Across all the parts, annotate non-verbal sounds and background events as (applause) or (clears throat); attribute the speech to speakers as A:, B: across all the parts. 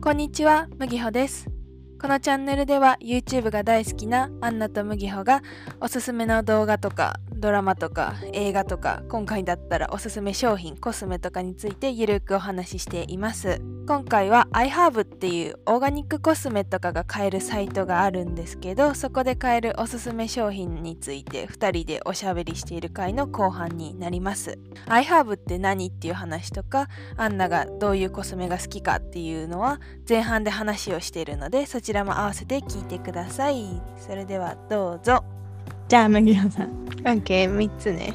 A: こんにちは、麦穂です。このチャンネルでは YouTube が大好きなアンナと麦穂がおすすめの動画とかドラマとか映画とか今回だったらおすすめ商品コスメとかについてゆるくお話ししています。今回は iHerb っていうオーガニックコスメとかが買えるサイトがあるんですけどそこで買えるおすすめ商品について2人でおしゃべりしている回の後半になります。iHerb って何っていう話とかアンナがどういうコスメが好きかっていうのは前半で話をしているのでそちらも合わせて聞いてくださいそれではどうぞ
B: じゃあ麦野さ (laughs) ん
C: オッケー3つね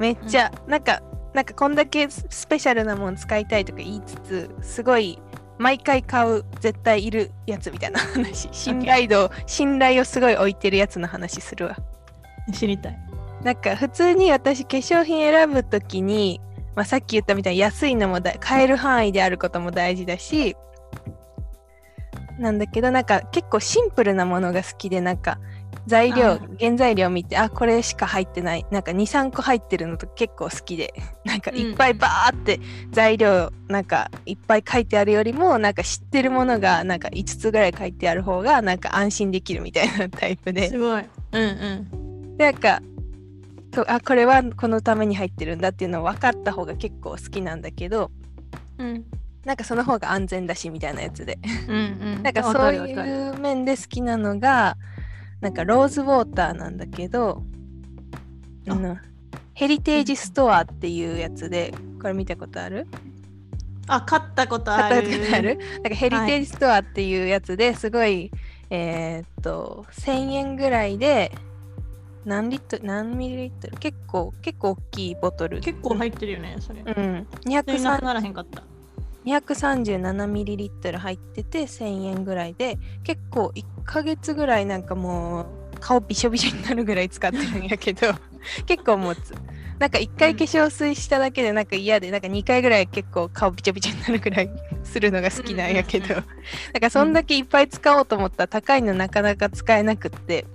C: めっちゃ、なんかなんかこんだけススペシャルなもん使いたいとか言いつつすごい毎回買う絶対いるやつみたいな話信頼度、信頼をすごい置いてるやつの話するわ
B: 知りたい。
C: なんか普通に私化粧品選ぶときに、まあ、さっき言ったみたいに安いのもだ買える範囲であることも大事だしなんだけどなんか結構シンプルなものが好きでなんか材
B: あ
C: 料原材料見てあこれしか入ってないなんか23個入ってるのと結構好きで (laughs) なんか
A: うん
C: いっぱいバーって材料なんかいっぱい書いてあるよりもなんか知ってるものがなんか5つぐらい書いてある方がなんか安心できるみたいなタイプで。
B: すごい。うんうん。
C: でなんかこあこれはこのために入ってるんだっていうのを分かった方が結構好きなんだけど
B: うん
C: なんかその方が安全だしみたいなや
B: (laughs)
C: つで
B: うんうん。
C: なんか
B: わ
C: そう
B: るわ
C: い
B: かる
C: う面で好きなのがなんかローズウォーターなんだけど
B: あ
C: あのヘリテージストアっていうやつでこれ見たことある
B: あ買ったことあ
C: 買
B: る。
C: ったことあるなんかヘリテージストアっていうやつですごい、えーっと1000円ぐらいで何リットル何ミリリットル結構結構大きいボトル
B: 結構入ってるよねそれ。
C: うん、
B: でなく
C: 230
B: ならへんかった。
C: 237ミリリットル入ってて1000円ぐらいで結構1ヶ月ぐらいなんかもう顔びしょびしょになるぐらい使ってるんやけど (laughs) 結構持つなんか1回化粧水しただけでなんか嫌でなんか2回ぐらい結構顔びちょびちょになるぐらいするのが好きなんやけど
A: うんうん
C: なんかそんだけいっぱい使おうと思ったら高いのなかなか使えなくって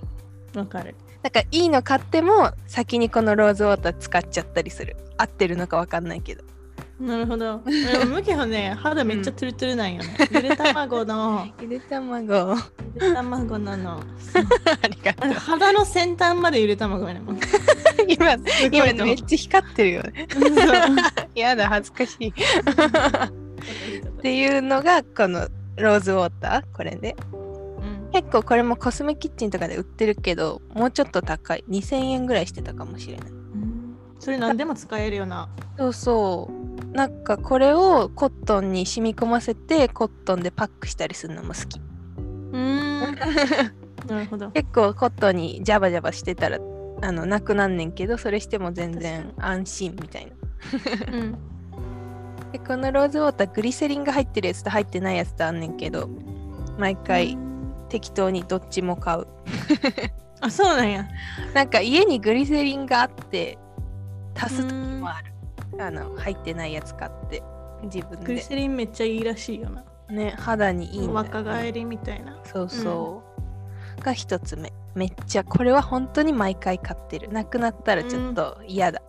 B: わかる。
C: なんかいいの買っても先にこのローズウォーター使っちゃったりする合ってるのかわかんないけど
B: なるほど。でもムキホね肌めっちゃツルツルなんよね。ゆで卵 (laughs) の
C: ゆで (laughs) 卵あ
B: ゆで卵なの。
C: りがと
B: あ
C: う
B: の肌の先端までゆで卵やねん。もう
C: 今
B: すご
C: 今
B: い
C: め
B: と思
C: っ
B: う
C: ちゃ光ってるよ (laughs) ね。
B: うんそう
C: やだ恥ずかしい。っていうのがこのローズウォーターこれで
B: うん
C: 結構これもコスメキッチンとかで売ってるけどもうちょっと高い2000円ぐらいしてたかもしれない。
B: それ何でも使えるよな。
C: そうそうなんかこれをコットンに染み込ませてコットンでパックしたりするのも好き。
B: うん。 (laughs) なるほど。
C: 結構コットンにジャバジャバしてたらあのなくなんねんけどそれしても全然安心みたいな。
B: うん。
C: でこのローズウォーターグリセリンが入ってるやつと入ってないやつとあんねんけど毎回適当にどっちも買う
B: あそうなんや。
C: なんか家にグリセリンがあって足す時もあるあの入ってないやつ買って自分
B: グリ
C: で
B: セリンめっちゃいいらしいよな。
C: ね肌にいいんだよね
B: 若返りみたいな。
C: そうそう、が一つ目めっちゃこれは本当に毎回買ってるなくなったらちょっと嫌だ、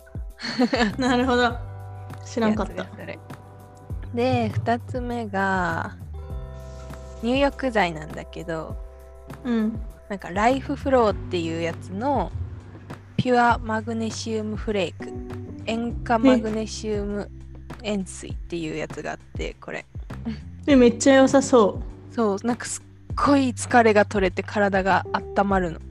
B: なるほど。知らんかっ
C: や
B: た
C: つ。がそれで二つ目が入浴剤なんだけど
B: うん。
C: なんかライフフローっていうやつのピュアマグネシウムフレーク塩化マグネシウム塩水っていうやつがあってこれ
B: でめっちゃ良さそ
C: そうなんかすっごい疲れが取れて体が温まるの
B: う。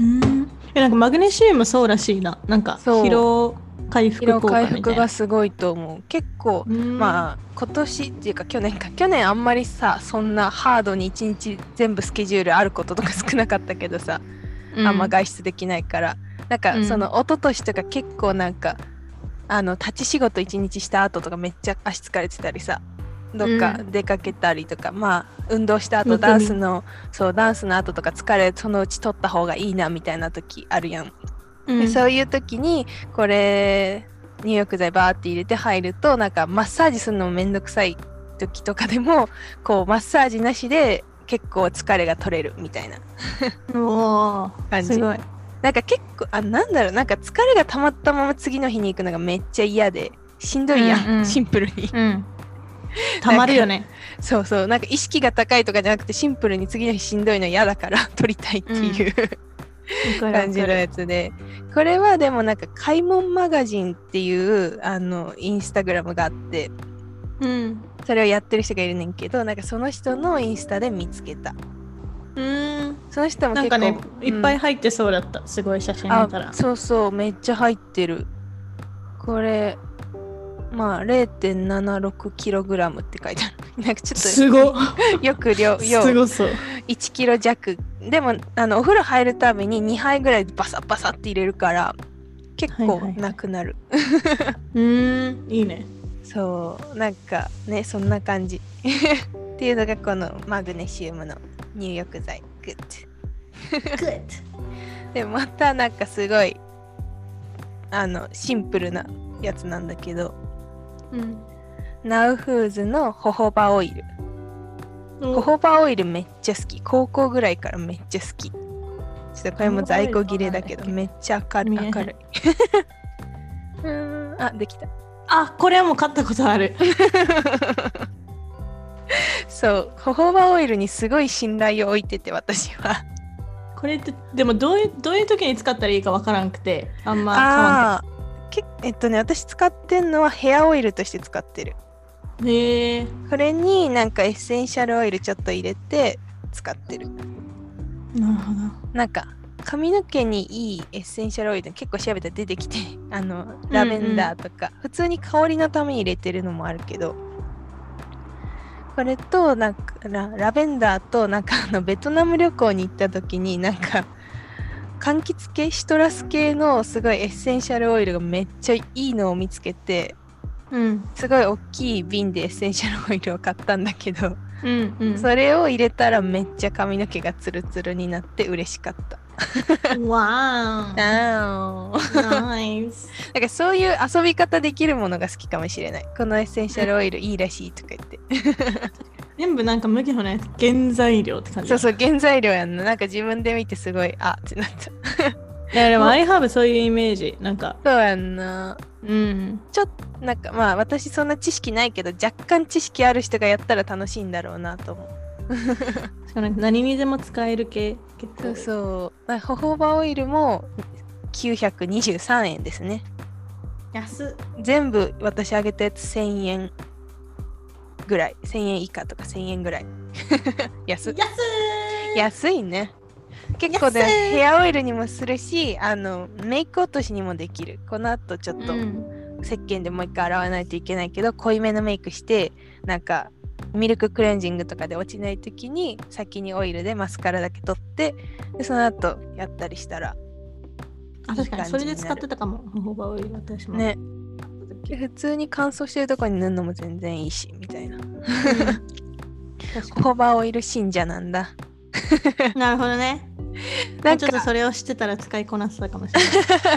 B: うん。えなんかマグネシウムそうらしいな。なんか
C: そう
B: 疲労回
C: 疲
B: 復
C: 労
B: 効果
C: 回
B: みた
C: 復
B: いな
C: が。すごいと思う結構
B: まあ
C: まあ今年っていうか去年か去年あんまりさそんなハードに一日全部スケジュールあることとか少なかったけどさあんま外出できないから、なんか、
B: うん
C: その一昨年とか結構なんかあの立ち仕事一日した後とかめっちゃ足疲れてたりさどっか
B: う
C: 出かけたりとか、まあ運動した後
B: 本当
C: ダ
B: に
C: ンスのそうダンスの後とか疲れそのうち取った方がいいなみたいな時あるやん、
B: うん
C: でそういう時にこれ入浴剤バーって入れて入るとなんかマッサージするのもめんどくさい時とかでもこうマッサージなしで結構疲れが取れるみたいな
B: お
C: 感
B: ー
C: じ
B: すごい。
C: なんか結構あなんだろうなんか疲れが溜まったまま次の日に行くのがめっちゃ嫌でしんどいやん、
B: うんうん
C: シンプルに (laughs)
B: うん。たまるよね。
C: そうそうなんか意識が高いとかじゃなくてシンプルに次の日しんどいの嫌だから (laughs) 取りたいっていう、
B: わかるわか
C: 感
B: る
C: じのやつでこれはでもなんか「買い物マガジン」っていうあのインスタグラムがあって
B: うん。
C: それをやってる人がいるねんけどなんかその人のインスタで見つけた
B: うん。
C: その人も
B: なん
C: 結
B: か
C: 構
B: ね、いっぱ
C: い
B: い入ってそうだった。すごい写真見
C: あ
B: たら。
C: そうそうめっちゃ入ってるこれまあ 0.76kg って書いてある (laughs) なんかちょっと
B: すごっ。
C: よく量量
B: すごそう。
C: 1キロ弱でもあのお風呂入るたびに2杯ぐらいバサッバサッって入れるから結
B: はいは
C: 構
B: いはい
C: なくなる、
B: うん。いいね。
C: そうなんかねそんな感じ (laughs) っていうのがこのマグネシウムの入浴剤グッドでまたなんかすごいあのシンプルなやつなんだけど
B: うん。
C: ナウフーズのホホバオイルホホバオイルめっちゃ好き高校ぐらいからめっちゃ好きちょっとこれも在庫切れだけど
B: ホホ
C: めっちゃ明る
B: 見えへん
C: 明るいうー (laughs) んあできた
B: あ、これはもう買ったことある。
C: そうホホバオイルにすごい信頼を置いてて私は
B: これってでもどういうどういう時に使ったらいいかわからんくてあんま買わん
C: あーけえっとね私使ってんのはヘアオイルとして使ってる
B: くてへえ
C: これになんかエッセンシャルオイルちょっと入れて使ってる
B: なるほど
C: なんか髪の毛にいいエッセンシャルオイル結構調べたら出てきて (laughs) あのラベンダーとか、普通に香りのために入れてるのもあるけどこれとなんかララベンダーとなんかあのベトナム旅行に行った時になんか柑橘系シトラス系のすごいエッセンシャルオイルがめっちゃいいのを見つけて
B: うん
C: すごい大きい瓶でエッセンシャルオイルを買ったんだけど、
B: うんうん
C: それを入れたらめっちゃ髪の毛がツルツルになって嬉しかった。
B: わー
C: あー
B: ナイス
C: なんかそういう遊び方できるものが好きかもしれない。このエッセンシャルオイルいいらしいとか言って。
B: (laughs) 全部なんか麦のね原材料って感じ
C: (laughs) そうそう、原材料やんな。なんか自分で見てすごい、あってなった。
B: いやでもアイハーブそういうイメージなんか
C: そうやんな。
B: うん
C: なんかまあ私そんな知識ないけど、若干知識ある人がやったら楽しいんだろうなと思う。
B: しかもなんか何にでも使える系結構
C: そうそう。なんかホホバオイルも923円ですね。
B: 安っ
C: 全部私あげたやつ1000円ぐらい。1000円以下とか1000円ぐらい。 (laughs) 安っ
B: 安い
C: 安いね結構で
B: 安い
C: ヘアオイルにもするしあのメイク落としにもできるこのあとちょっと
B: うん
C: 石鹸でもう一回洗わないといけないけど、濃いめのメイクしてなんかミルククレンジングとかで落ちない時に先にオイルでマスカラだけ取ってでその後やったりしたら
B: あ確かに
C: いい感じになる
B: それで使ってたかもほぼ多い私も
C: ね普通に乾燥してるとこに塗るのも全然いいしみたいな
B: (laughs) 確か
C: ホバオイル信者なんだ
B: に (laughs) なるほどね
C: なん
B: ちょっと
C: か
B: それを知ってたら使いこなせたかもしれな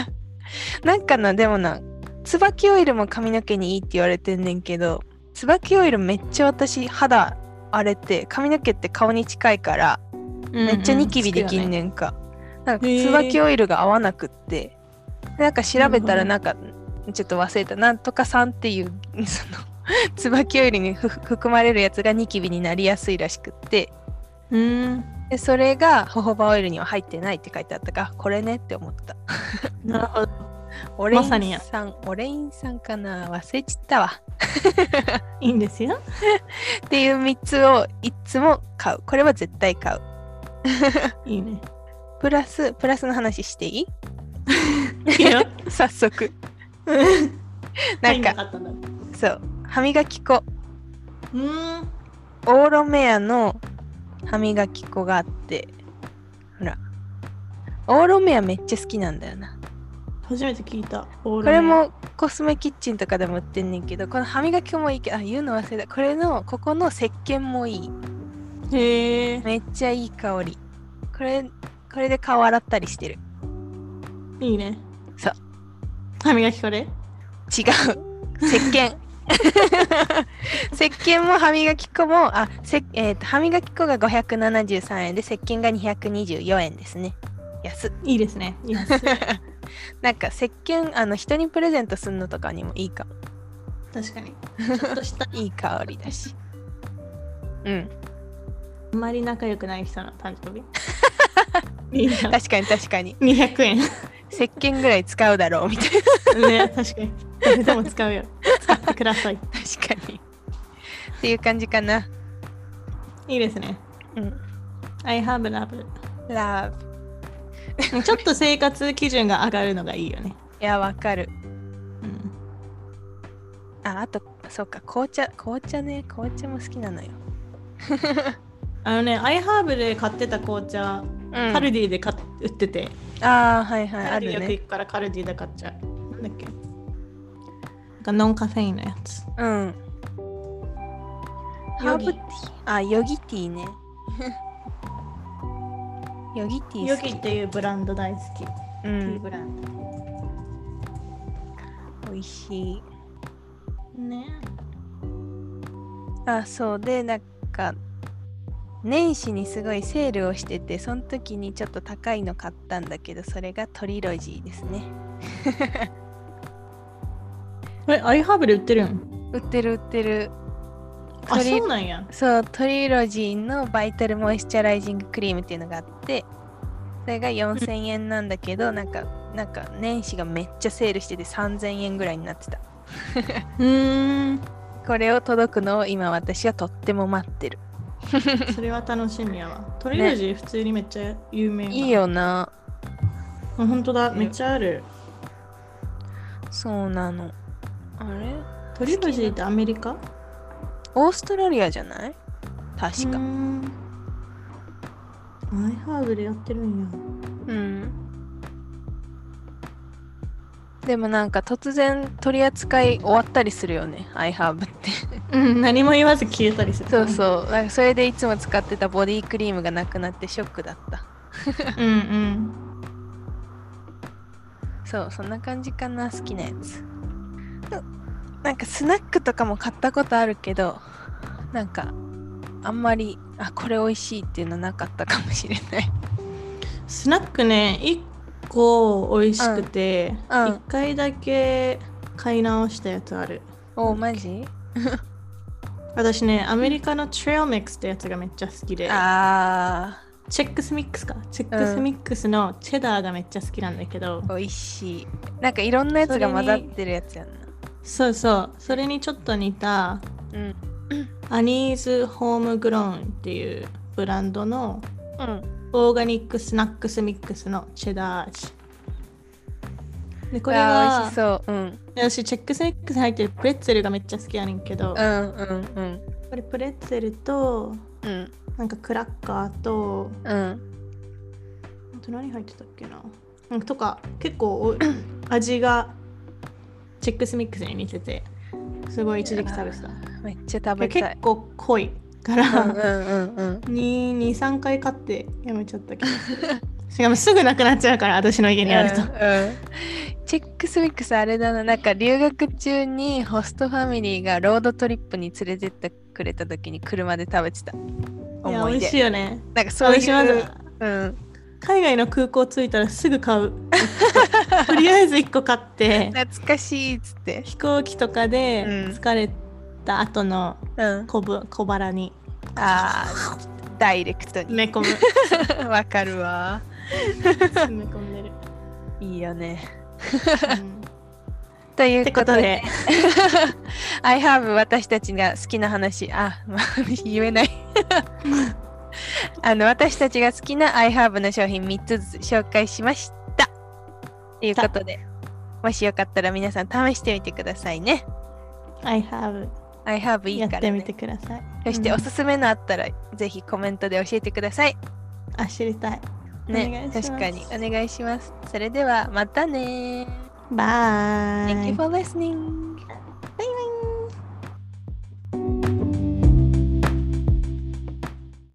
C: (laughs)
B: い
C: なんかなでもな椿オイルも髪の毛にいいって言われてんねんけど椿オイルめっちゃ私肌荒れて髪の毛って顔に近いからめっちゃニキビできんねんか、なんか
B: へー
C: 椿オイルが合わなくってでなんか調べたらな
B: な
C: んかちょっと忘れたなんとかさんっていう (laughs) その椿オイルにふ含まれるやつがニキビになりやすいらしくって
B: うんうん
C: でそれがホホバオイルには入ってないって書いてあったからこれねって思った
B: なるほど
C: オレイン
B: さにや
C: さん、オレインさんかな忘れちったわ。
B: いいんですよ
C: っていう3つをいつも買う。これは絶対買う。
B: いいね
C: プラス、プラスの話していい
B: いいよ
C: 早速。なんか、
B: ったんだ
C: そう、歯磨き粉。
B: うん
C: オーロメアの歯磨き粉があって、ほら、オーロメアめっちゃ好きなんだよな。
B: 初めて聞いた
C: こ
B: こ
C: れもコスメキッチンとかでも売ってんねんけど、この歯磨き粉もいいけど、あ、言うの忘れた。これの、ここの石鹸もいい。
B: へえ
C: めっちゃいい香りこれこれで顔洗ったりしてる
B: いいね
C: そう
B: 歯磨きこれ
C: 違う石鹸石鹸も歯磨き粉もあせ、えーと歯磨き粉が573円で石鹸が224円ですね安っ
B: いいですねいいです
C: なんか石鹸あの人にプレゼントするのとかにもいいかも
B: (laughs) 確かにちょっとした
C: いい香りだし。うん、
B: あんまり仲良くない人の誕生
C: (laughs)
B: 日
C: 確かに確かに。
B: 200円
C: (laughs) 石鹸ぐらい使うだろうみたいな。
B: ね確かに誰でも使うよ使ってください
C: 確かに。っていう感じかな。
B: いいですね
C: うん。
B: I have love
C: ラブ。
B: (laughs) ちょっと生活基準が上がるのがいいよね、
C: いや、わかる。
B: うん、
C: あ、あと、そうか、紅茶、紅茶ね、紅茶も好きなのよ。
B: あのね I have で買ってた紅茶、
C: うん、
B: カルディで買っ売ってて
C: ああ、はいはい、
B: カ
C: あ
B: ルデ
C: る
B: ィよく
C: ね
B: 行。くからカルディで買っちゃうなんだっけなんかノンカフェインのやつ
C: うん。ハーブティ
B: ヨギ
C: ー。あ、ヨギティーね。 (laughs) ヨギティ
B: ヨ
C: ー好
B: ギ
C: き
B: っ。ていうブランド大好き、
C: う
B: ティー
C: ん。
B: ブラン
C: 美味しい。
B: ドね
C: あそうでなんか年始にすごいセールをしててその時にちょっと高いの買ったんだけどそれがトリロジーですね
B: え I have で売ってるん
C: 売ってる売ってる
B: あ
C: 鳥
B: そうなんや
C: そうトリロジーのバイタルモイスチャライジングクリームっていうのがあってそれが4000円なんだけどなんかなんか年始がめっちゃセールしてて3000円ぐらいになってた
B: うーん
C: これを届くのを今私はとっても待ってる
B: (laughs) それは楽しみやわ。トリロジー普通にめっちゃ有名な。
C: いい。よな
B: ほんとだ、
C: うん
B: めっちゃある。
C: そうなのあれ
B: トリロジーってアメリカ
C: オーストラリアじゃない確か
B: うーんアイハーブでやってるんや。
C: うん。でもなんか突然取り扱い終わったりするよね、iHerb って。
B: うん、何も言わず消えたりする。
C: そうそう。なんかそれでいつも使ってたボディクリームがなくなってショックだった。
B: う。うんうん。
C: そう、そんな感じかな、好きなやつ。なんかスナックとかも買ったことあるけど、なんかあんまり、あ、これ美味しいっていうのなかったかもしれ (laughs) ない。
B: スナックね、1個美味しくて、
C: うんうん
B: 1回だけ買い直したやつある。
C: お、マジ
B: 私ね、アメリカのトレイルミックスってやつがめっちゃ好きで、
C: あ
B: チェックスミックスか。チェックスミックスのチェダーがめっちゃ好きなんだけど、
C: ー、美味しい。なんかいろんなやつが混ざってるやつやんな。
B: そうそうそれにちょっと似た
C: うん。
B: アニーズホームグローンっていうブランドの
C: うん。
B: オーガニックスナックスミックスのチェダー味でこれ
C: わあ美
B: が
C: 味しそう。うん。
B: 私チェックスミックスに入ってるプレッツェルがめっちゃ好きやねんけど、
C: うんうん
B: これプレッツェルと
C: うん。うん
B: なんかクラッカーと
C: うん。
B: あと何入ってたっけななんかとか結構
C: (clears throat)
B: お味がチェックスミックスに似ててすごい一時期食べてた
C: めっちゃ食
B: これ
C: べた
B: 結
C: い。
B: 構濃いから、
C: うんうんうん
B: 23回買ってやめちゃったけどしかもすぐなくなっちゃうから私の家
C: うん。
B: にあると、
C: うんチェックスミックスあれだな、なんか留学中にホストファミリーがロードトリップに連れてってくれた時に車で食べてた。
B: い
C: 思
B: や美
C: い
B: 味し
C: 出。
B: いよね
C: なんかそう
B: 私
C: い
B: ま
C: う
B: ず。
C: うん。
B: 海外の空港着いたらすぐ
C: (laughs)
B: 買うとりあえず1個買って
C: 懐かしいっつって。
B: 飛行機とかで
C: うん
B: 疲れた後の
C: うん。
B: 小ぶ小腹に
C: ああ、ダイレクトに。
B: 詰め (laughs) 込
C: (laughs)
B: む
C: わかるわ。
B: 詰め込んでる、
C: いいよね。
B: うん
C: とい
B: っ
C: う
B: て
C: こ
B: こと
C: とで。
B: で
C: I have 私たちが好きな話あ、まあ、言えないあの私たちが好きな I have の商品3つずつ紹介しましたということでもしよかったら皆さん試してみてくださいね
B: I have
C: I have いい
B: やっ
C: から、
B: てみ
C: ね
B: て、ください
C: そして
B: うん
C: おすすめのあったらぜひコメントで教えてください
B: あ知りたいお願
C: ね
B: いします
C: 確かにお願いしますそれではまたね
B: バイ
C: Thank you for listening